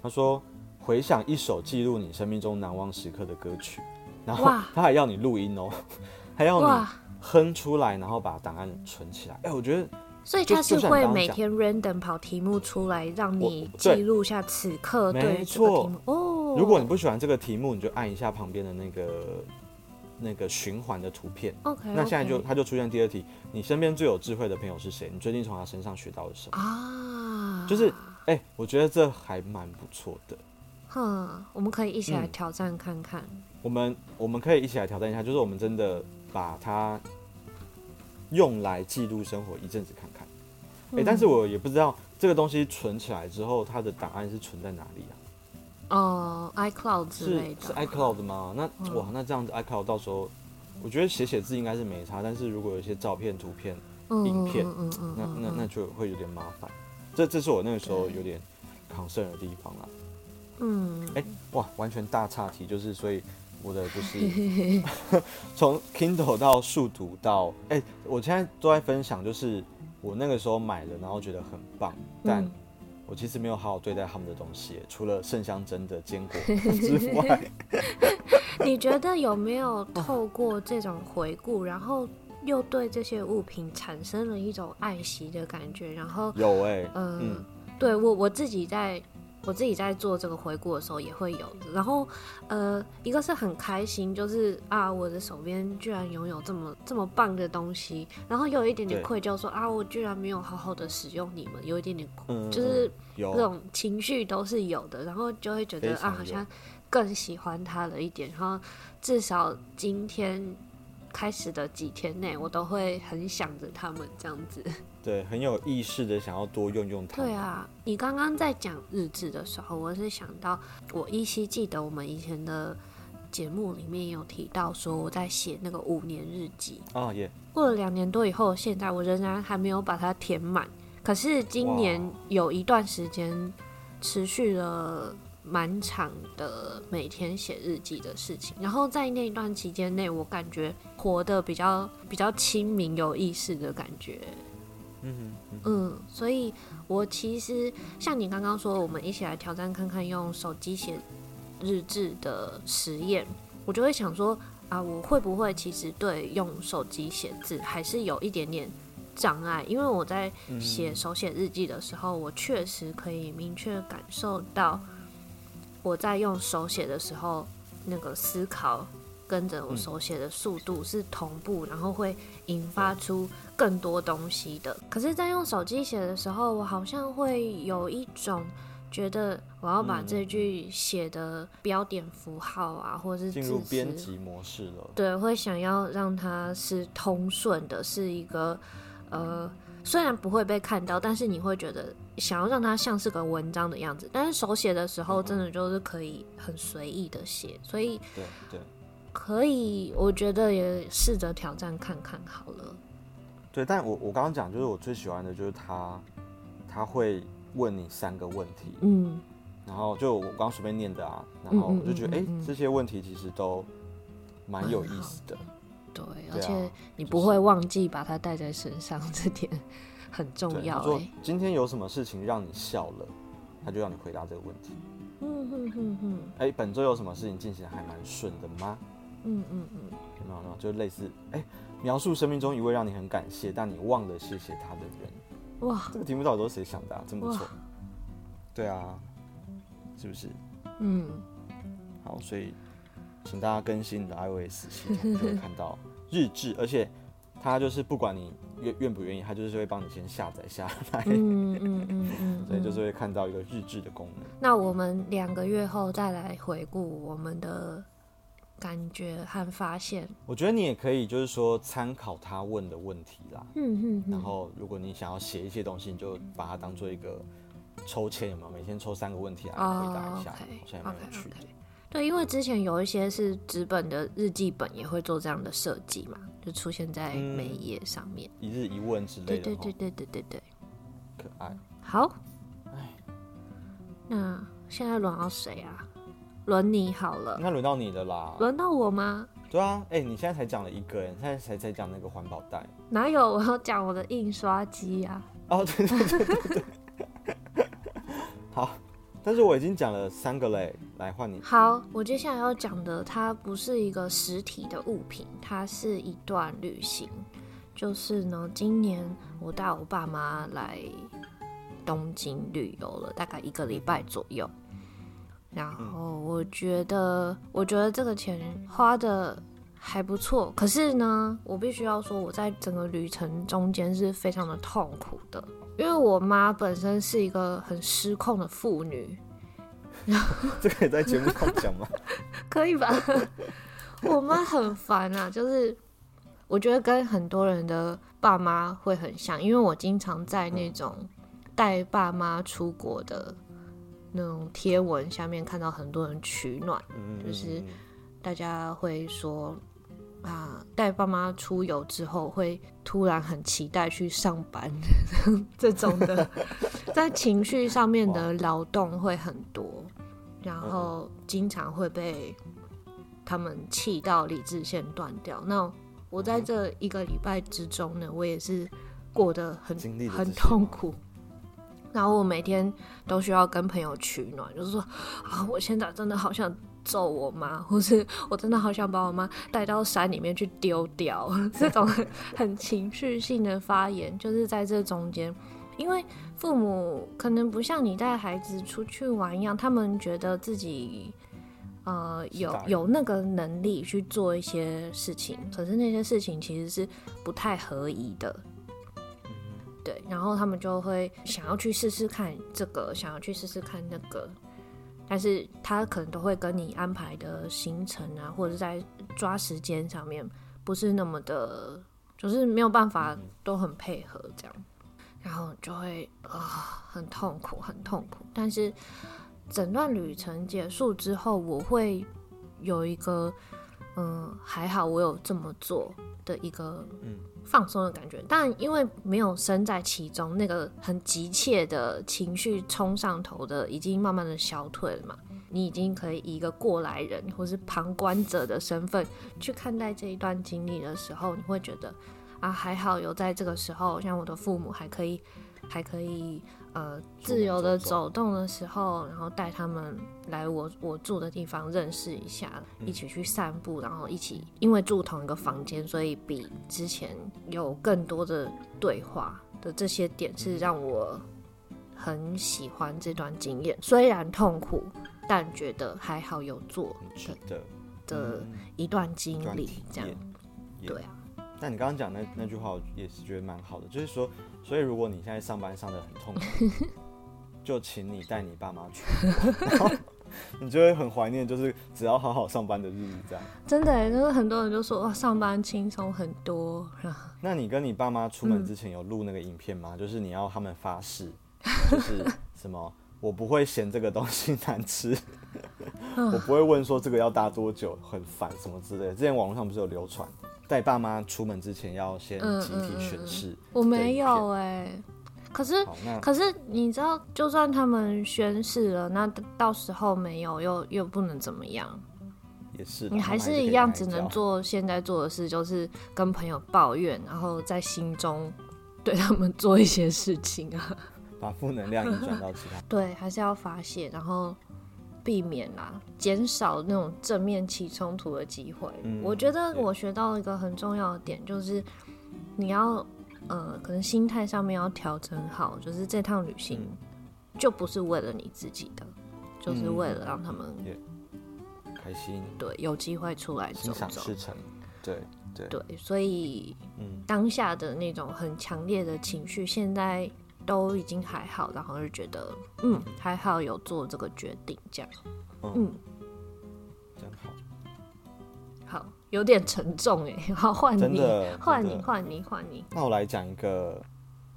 他说回想一首记录你生命中难忘时刻的歌曲，然后哇他还要你录音哦， 还要你哇，哼出来，然后把档案存起来。哎，我觉得。所以就它是就像你会刚刚每讲天 random 跑题目出来，让你我记对录下此刻没对于这个错题目。哦，如果你不喜欢这个题目，你就按一下旁边的那个那个循环的图片。 OK，那现在就嗯 OK 它就出现第二题，你身边最有智慧的朋友是谁？你最近从他身上学到了什么？啊，就是，哎、我觉得这还蛮不错的。哼，我们可以一起来嗯挑战看看。我们我们可以一起来挑战一下，就是我们真的把它用来记录生活一阵子看看。哎、嗯但是我也不知道这个东西存起来之后，它的档案是存在哪里啊？哦，iCloud 之是类是的， iCloud 吗？那、嗯哇，那这样子 iCloud 到时候，我觉得写写字应该是没差，但是如果有一些照片、图片，嗯影片嗯嗯嗯那嗯那嗯那就会有点麻烦。这这是我那个时候对有点 concern 的地方啦。嗯，哎、哇，完全大岔题，就是所以我的就是 从 Kindle 到数读到，哎、我现在都在分享，就是我那个时候买了，然后觉得很棒，但嗯我其实没有好好对待他们的东西，除了圣香真的坚 果之外，哎你觉得有没有透过这种回顾，然后又对这些物品产生了一种爱惜的感觉？然后，有哎、呃，嗯对我我自己在我自己在做这个回顾的时候也会有，然后呃，一个是很开心，就是啊，我的手边居然拥有这么这么棒的东西，然后又有一点点对愧疚说啊，我居然没有好好的使用你们，有一点点嗯，就是嗯这有种情绪都是有的，然后就会觉得非啊，常有好像更喜欢他了一点。然后至少今天开始的几天内，我都会很想着他们这样子。对很有意识的想要多用用它。对，啊，你刚刚在讲日志的时候，我是想到我依稀记得我们以前的节目里面有提到说我在写那个五年日记，啊耶，过了两年多以后，现在我仍然还没有把它填满。可是今年哇哦有一段时间持续了蛮长的每天写日记的事情，然后在那段期间内，我感觉活得比较比较清明有意识的感觉。嗯哼嗯，嗯，所以我其实像你刚刚说，我们一起来挑战看看用手机写日志的实验，我就会想说啊，我会不会其实对用手机写字还是有一点点障碍？因为我在嗯写手写日记的时候，我确实可以明确感受到我在用手写的时候，那个思考跟着嗯我手写的速度是同步，然后会引发出更多东西的。可是，在用手机写的时候，我好像会有一种觉得我要嗯把这句写的标点符号啊，或者是进入字编词辑模式了。对，会想要让它是通顺的，是一个呃，虽然不会被看到，但是你会觉得想要让它像是个文章的样子。但是手写的时候，真的就是可以很随意的写，所以对对可以，我觉得也试着挑战看看好了。对，但我我刚刚讲就是我最喜欢的就是他，他会问你三个问题，嗯，然后就我刚刚随便念的啊，然后我就觉得哎、嗯嗯嗯嗯嗯这些问题其实都蛮有意思的。对，而对啊且你就不会是忘记把它带在身上， 这点很重对，要他说哎、欸。今天有什么事情让你笑了，他就让你回答这个问题。嗯哼哼哼，哎、本周有什么事情进行得还蛮顺的吗？嗯嗯嗯，有没有？有没有就类似哎、描述生命中一位让你很感谢但你忘了谢谢他的人。哇，这个题目到底都是谁想的、啊？真不哇错。对啊，是不是？嗯。好，所以请大家更新你的 iOS 系统，就会看到日志，而且它就是不管你愿愿不愿意，它就是会帮你先下载下来，嗯嗯嗯 嗯，所以就嗯是会看到一个日志的功能。那我们两个月后再来回顾我们的感觉和发现。我觉得你也可以就是说参考他问的问题啦，嗯然后如果你想要写一些东西，你就把它当做一个抽签，有没有？每天抽三个问题来回答一哦下，好像也蛮有趣的。 ，OK，OK，OK。对，因为之前有一些是纸本的日记本也会做这样的设计嘛，就出现在嗯每一页上面。一日一问之对类的对吼，对对对对对。可爱。好，那现在轮到谁啊？轮你好了，那轮到你了啦，轮到我吗？对啊，哎、你现在才讲了一个，你现在才才讲那个环保袋。哪有我要讲我的印刷机啊？哦，对对对对对。好，但是我已经讲了三个嘞，来换 你。好，我接下来要讲的，它不是一个实体的物品，它是一段旅行。就是呢，今年我带我爸妈来东京旅游了，大概一个礼拜左右。然后我觉得，我觉得这个钱花的还不错。可是呢，我必须要说，我在整个旅程中间是非常的痛苦的，因为我妈本身是一个很失控的妇女，这个也在节目上讲 吗？可以吧？我妈很烦啊，就是我觉得跟很多人的爸妈会很像，因为我经常在那种带爸妈出国的那种贴文下面看到很多人取暖，嗯，就是嗯嗯大家会说啊，带爸妈出游之后会突然很期待去上班， 这种的，在情绪上面的劳动会很多，然后经常会被他们气到理智线断掉。那我在这一个礼拜之中呢，我也是过得很经历了这很些痛吗苦。然后我每天都需要跟朋友取暖，就是说啊，我现在真的好想揍我妈，或是我真的好想把我妈带到山里面去丢掉， 这种很很情绪性的发言，就是在这中间，因为父母可能不像你带孩子出去玩一样，他们觉得自己。呃，有是大人有那个能力去做一些事情，可是那些事情其实是不太合宜的，嗯对，然后他们就会想要去试试看这个，想要去试试看那个，但是他可能都会跟你安排的行程啊，或者是在抓时间上面不是那么的，就是没有办法嗯都很配合这样，然后就会啊、很痛苦，很痛苦。但是整段旅程结束之后，我会有一个嗯，还好我有这么做的一个嗯放松的感觉。但因为没有身在其中，那个很急切的情绪冲上头的，已经慢慢的消退了嘛。你已经可以以一个过来人或是旁观者的身份去看待这一段经历的时候，你会觉得啊，还好有在这个时候，像我的父母还可以，还可以出呃门自由的走走走动的时候，然后带他们来我我住的地方认识一下，一起去散步，然后一起因为住同一个房间，所以比之前有更多的对话的这些点是让我很喜欢这段经验，虽然痛苦，但觉得还好有做很值得的嗯一段经一段历体，这样验也对啊，但你刚刚讲那那句话，我也是觉得蛮好的，就是说，所以如果你现在上班上的很痛苦， 就请你带你爸妈去，然后你就会很怀念，就是只要好好上班的日子这样。真的耶，就是很多人就说哇，上班轻松很多，然后那你跟你爸妈出嗯门之前有录那个影片吗？就是你要他们发誓，就是什么？我不会嫌这个东西 难吃，嗯我不会问说这个要搭多久，很烦什么之类的。之前网络上不是有流传，带爸妈出门之前要先嗯集嗯体嗯宣嗯誓。我没的有影哎，可是好，那可是你知道，就算他们宣誓了，那到时候没有又又不能怎么样，也是啦，你他们还是可以一样拿来只能教做现在做的事，就是跟朋友抱怨，然后在心中对他们做一些事情啊。把负能量移转到其 他。对，还是要发泄，然后避免啦，减少那种正面起冲突的机会。嗯我觉得对我学到一个很重要的点，就是你要呃，可能心态上面要调整好，就是这趟旅行就不是为了你自己的，就是嗯为了让他们、也开心，对有机会出来走心想走事。成。对对，对，所以嗯，当下的那种很强烈的情绪，现在都已经还好，然后就觉得嗯，还好有做这个决定，这样。嗯嗯，真好，好，有点沉重哎，好换真你，的换真你，的换你，换你。那我来讲一个，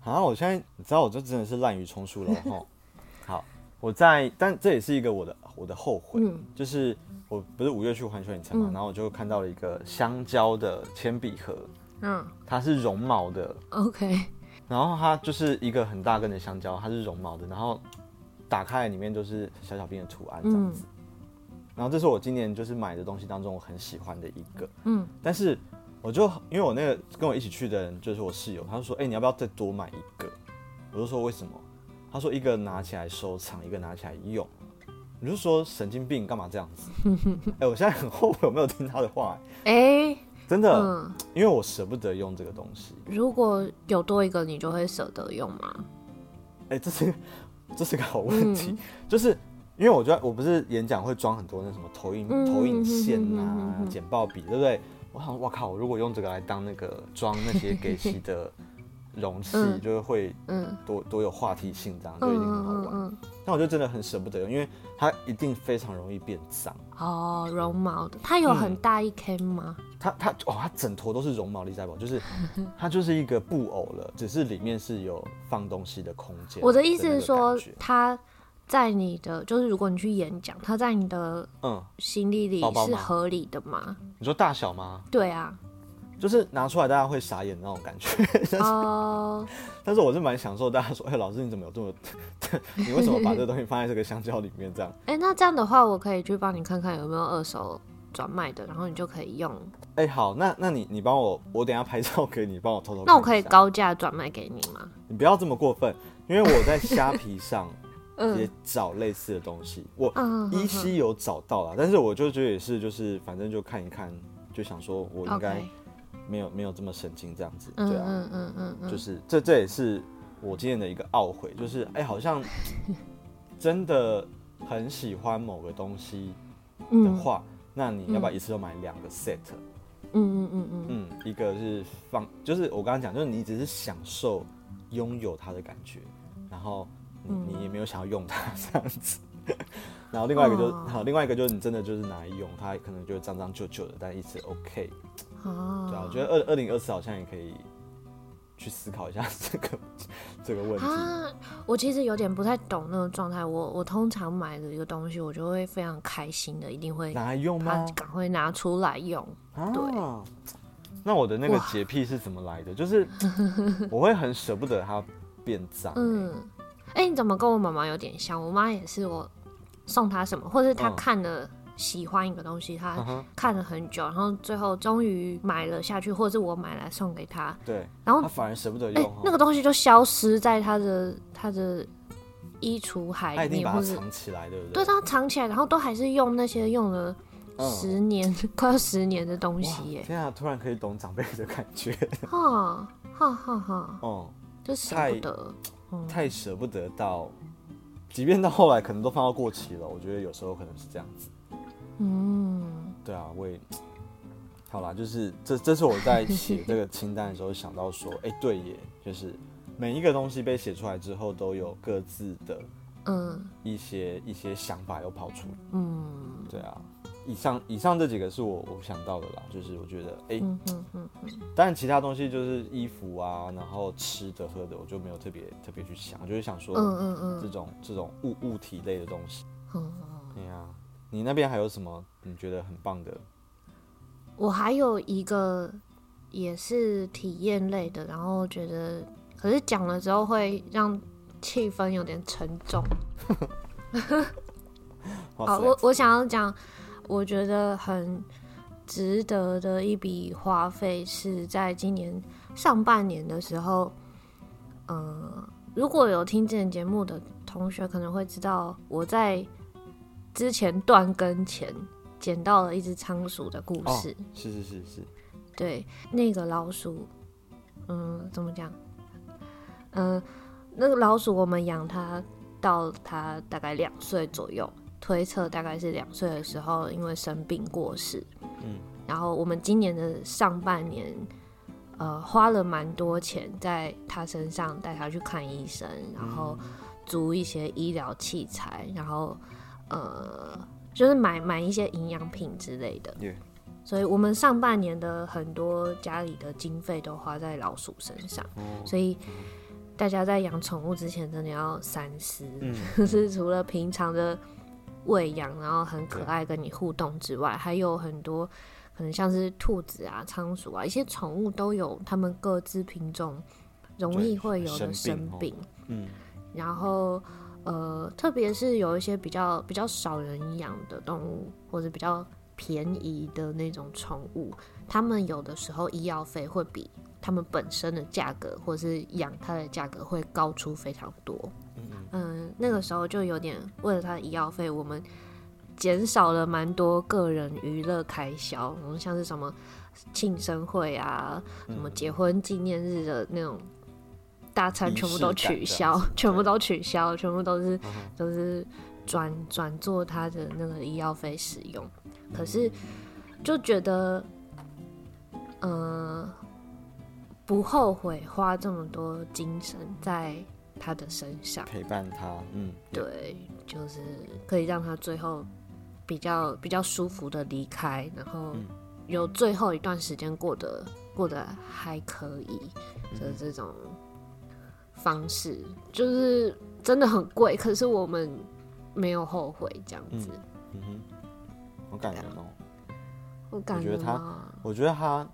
啊，我现在你知道，我就真的是滥竽充数了哈。好，我在，但这也是一个我的我的后悔，嗯就是我不是五月去环球影城嘛，嗯然后我就看到了一个香蕉的铅笔盒，嗯它是绒毛的， ，OK， 然后它就是一个很大根的香蕉，它是绒毛的，然后打开来里面就是小小兵的图案这样嗯子。然后这是我今年就是买的东西当中我很喜欢的一个，嗯但是我就因为我那个跟我一起去的人就是我室友，他就说：“哎、你要不要再多买一个？”我就说：“为什么？”他说：“一个拿起来收藏，一个拿起来用。”你就说神经病，干嘛这样 子？哎、我现在很后悔我没有听他的话、哎、真的，嗯，因为我舍不得用这个东西。如果有多一个，你就会舍得用吗？哎、这是这是个好问嗯题， 就是因为我觉得我不是演讲会装很多那什么投影、嗯投影线嗯嗯嗯呐、嗯嗯剪报笔，对不对？我想，我靠，我如果用这个来当那个装那些给洗 的容器，嗯就是会嗯，多多有话题性，这样就一嗯定很好嗯玩。嗯，但我就真的很舍不得用，因为它一定非常容易变脏。哦，绒毛的，它有很大一 K 吗？它它哦，它整坨都是绒毛力在宝， 就是它就是一个布偶了，只是里面是有放东西的空间。我的意思啊那是个说感觉，它在你的，就是如果你去演讲，它在你的嗯，心里里包包是吗合理的吗？你说大小吗？对啊，就是拿出来大家会傻眼的那种感觉。 哦，但是我是蛮享受大家说，哎、老师你怎么有这么， 你为什么把这个东西放在这个香蕉里面这样？哎、那这样的话，我可以去帮你看看有没有二手转卖的，然后你就可以用。哎、好，那那你你帮我，我等一下拍照给你，帮我偷偷。那我可以，高价转卖给你吗？你不要这么过分，因为我在虾皮上也 嗯找类似的东西，我嗯，依稀有找到啦，但是我就觉得也是，就是反正就看一看，就想说我应 OK，该没有没有这么神经这样子，嗯对啊，嗯嗯嗯嗯，就是这这也是我今天的一个懊悔，就是哎、好 像真的很喜欢某个东西的嗯话，那你要不要嗯一次就买两个 set？嗯嗯嗯嗯，嗯，一个是放，就是我刚刚讲，就是你只是享受拥有它的感觉，然后你、嗯你也没有想要用它 这样子。然后另外一个就是，哦好、另外一个就是你真的就是拿来用，它可能就脏脏旧旧的，但一直 OK。哦，对啊，我觉得二二零二四好像也可以去思考一下 这个这个问题。啊，我其实有点不太懂那个状态。我我通常买的一个东西，我就会非常开心的，一定会拿来用它吗？赶快拿出来用。啊，那我的那个哇洁癖是怎么来的？就是 我会很舍不得它变脏、嗯，嗯，哎、你怎么跟我妈妈有点像？我妈也是，我送她什么，或是她嗯看了喜欢一个东西，嗯她哼看了很久，然后最后终于买了下去，或者是我买来送给她，对，然后它反而舍不得哎、用哦。那个东西就消失在她的她的衣橱他海一里定面，把它或是藏起来，对不对对？她藏起来，然后都还是用那些用了。嗯十年，快要十年的东哇西耶！天啊，突然可以懂长辈的感觉， 哈哈哈哈，哦、就舍太不得。太舍不得到，即便到后来可能都放到过期了，我觉得有时候可能是这样子。嗯，对啊，我也，好啦，就是这这是我在写这个清单的时候想到说，哎、对耶，就是每一个东西被写出来之后，都有各自的嗯一些一些想法又跑出来。嗯对啊，以上以上这几个是我我想到的啦，就是我觉得，哎、嗯嗯嗯但其他东西就是衣服啊，然后吃的喝的，我就没有特别特别去想，我就是想说、嗯嗯这种这种物物体类的东西。嗯。对呀、你那边还有什么你觉得很棒的？我还有一个也是体验类的，然后觉得，可是讲了之后会让气氛有点沉重。哇好，塞，哦我我想要讲，我觉得很值得的一笔花费是在今年上半年的时候，呃，如果有听这前节目的同学可能会知道，我在之前断更前捡到了一只仓鼠的故哦事。是是是是，对，那个老鼠，嗯，怎么讲？嗯、那个老鼠我们养它到它大概两岁左右，推测大概是两岁的时候，因为生病过世。嗯，然后我们今年的上半年，呃，花了蛮多钱在它身上，带它去看医生，然后租一些医疗器材，然后呃，就是买买一些营养品之类的。耶、所以我们上半年的很多家里的经费都花在老鼠身上，所以大家在养宠物之前真的要三思，嗯就是除了平常的喂养，然后很可爱跟你互动之外，还有很多可能像是兔子啊、仓鼠啊，一些宠物都有它们各自品种容易对会有的生生病病，哦嗯，然后呃，特别是有一些比较比较少人养的动物，或者比较便宜的那种宠物，他们有的时候医药费会比他们本身的价格，或是养它的价格会高出非常多。嗯，那个时候就有点为了它的医药费，我们减少了蛮多个人娱乐开销，然后像是什么庆生会啊，嗯什么结婚纪念日的那种大餐，仪全部式都感取这消样子，全部对都取消，全部都嗯是都是转转做它的那个医药费使用。可是就觉得，呃，不后悔花这么多精神在它的身上。陪伴他，嗯，对，就是可以让他最后比较比较舒服的离开，然后嗯有最后一段时间过得过得还可以嗯的这种方式，就是真的很贵，可是我们没有后悔这样子。嗯哼，好感人哦。我感觉得他吗？我觉得他，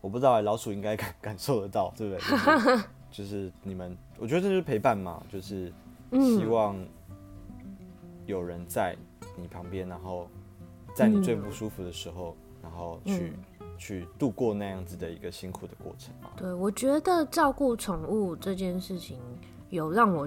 我不知道、欸、老鼠应该感感受得到， 对不对？就是就是你们，我觉得这就是陪伴嘛，就是希嗯望有人在你旁边，然后在你嗯最不舒服的时候，然后去、去度过那样子的一个辛苦的过程嘛。对，我觉得照顾宠物这件事情有让我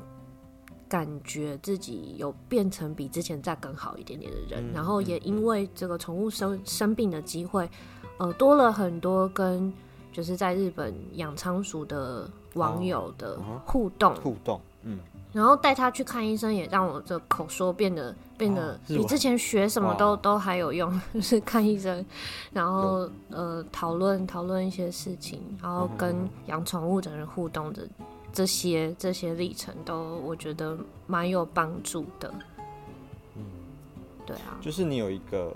感觉自己有变成比之前再更好一点点的人，嗯然后也嗯因为这个宠物生生病的机会，呃，多了很多跟就是在日本养仓鼠的网友的哦互动，互动，嗯，然后带它去看医生，也让我的口说变得变得哦是比我之前学什么都哇都还有用， 就是看医生，然后呃讨论讨论一些事情，然后跟养宠物的人互动的这些这些历程都我觉得蛮有帮助的。嗯对啊，就是你有一个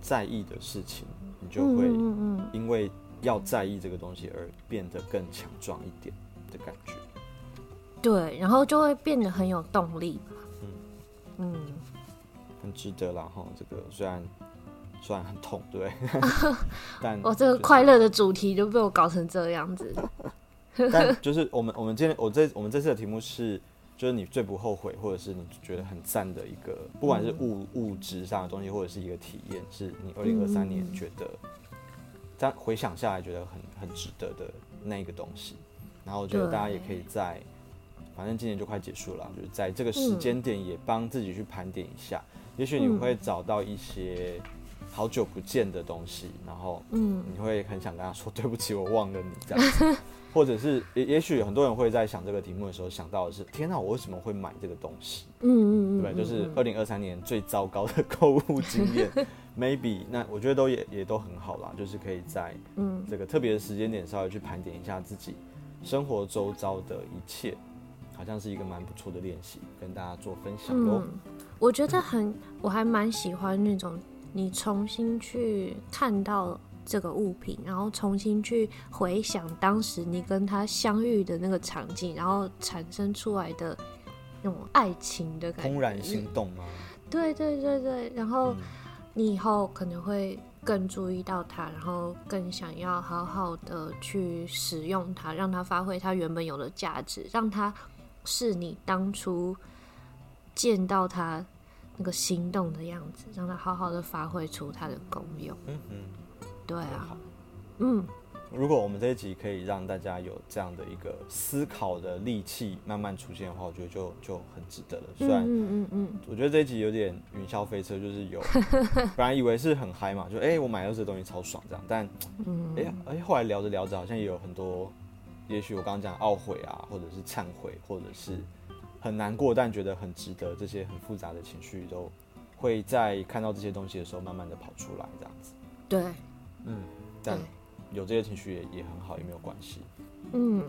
在意的事情，你就嗯会嗯嗯嗯，因为要在意这个东西而变得更强壮一点的感觉。对，然后就会变得很有动力嘛。嗯，很值得啦哈。这个虽然虽然很痛，对， 但我哦这个快乐的主题就被我搞成这样子。就是，但就是我们我们今天我这我们这次的题目是，就是你最不后悔，或者是你觉得很赞的一个，不管是嗯物物质上的东西，或者是一个体验，是你二零二嗯三年觉得，但回想下来觉得很很值得的那一个东西。然后我觉得对大家也可以在。反正今年就快结束了，就是在这个时间点也帮自己去盘点一下，也许你嗯会找到一些好久不见的东西，然后嗯你会很想跟他说对不起，我忘了你这样子，或者是也也许很多人会在想这个题目的时候想到的是，天哪，我为什么会买这个东西？嗯嗯嗯，对不对？就是嗯嗯二零二三年最糟糕的购物经 验，maybe 那我觉得都也也都很好啦，就是可以在嗯这个特别的时间点稍微去盘点一下自己生活周遭的一切，好像是一个蛮不错的练习，跟大家做分享喽。嗯，我觉得很，我还蛮喜欢那种你重新去看到这个物品，然后重新去回想当时你跟他相遇的那个场景，然后产生出来的那种爱情的感觉。怦然心动吗？对对对对，然后嗯你以后可能会更注意到它，然后更想要好好的去使用它，让它发挥它原本有的价值，让它是你当初见到它那个心动的样子，让它好好的发挥出它的功用。嗯嗯，对啊好，。嗯，如果我们这一集可以让大家有这样的一个思考的力气慢慢出现的话，我觉得就就很值得了。虽然嗯嗯嗯我觉得这一集有点云霄飞车，就是有本来以为是很嗨嘛，就哎、我买到这东西超爽这样，但嗯哎嗯，呀哎、后来聊着聊着好像也有很多，也许我刚刚讲懊悔啊，或者是忏悔，或者是很难过但觉得很值得，这些很复杂的情绪都会在看到这些东西的时候慢慢的跑出来这样子。对嗯，对但，有这些情绪也也很好，也没有关系。嗯。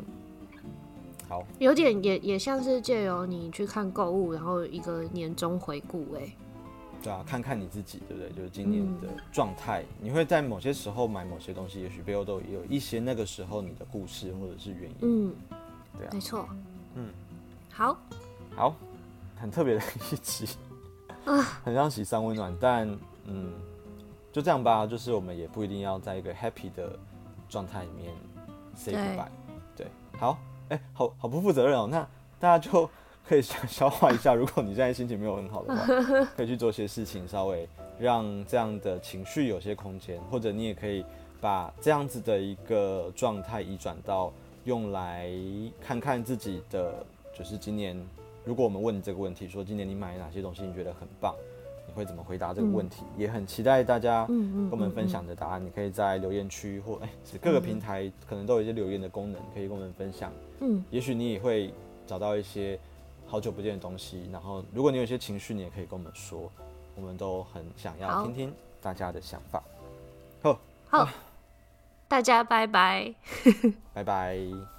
好，有点也也像是借由你去看购物，然后一个年终回顾、哎，对啊，看看你自己，对不对？就是今年的状态，你会在某些时候买某些东西，也许背后都有一些那个时候你的故事或者是原因。嗯，对啊没错，嗯，好，好，很特别的一集，很像喜三温暖，但嗯，就这样吧。就是我们也不一定要在一个 happy 的状态里面 say 对 goodbye。对，好，哎、好好不负责任哦。那大家就可以消消化一下，如果你现在心情没有很好的话，可以去做些事情，稍微让这样的情绪有些空间，或者你也可以把这样子的一个状态移转到用来看看自己的，就是今年，如果我们问你这个问题，说今年你买了哪些东西，你觉得很棒，你会怎么回答这个问题？也很期待大家嗯嗯，跟我们分嗯享的答案，你可以在留言区或哎、是各个平台可能都有一些留言的功能，可以跟我们分享。嗯，也许你也会找到一些好久不见的东西，然后如果你有一些情绪，你也可以跟我们说，我们都很想要好听听大家的想法。好，大家拜拜。拜拜。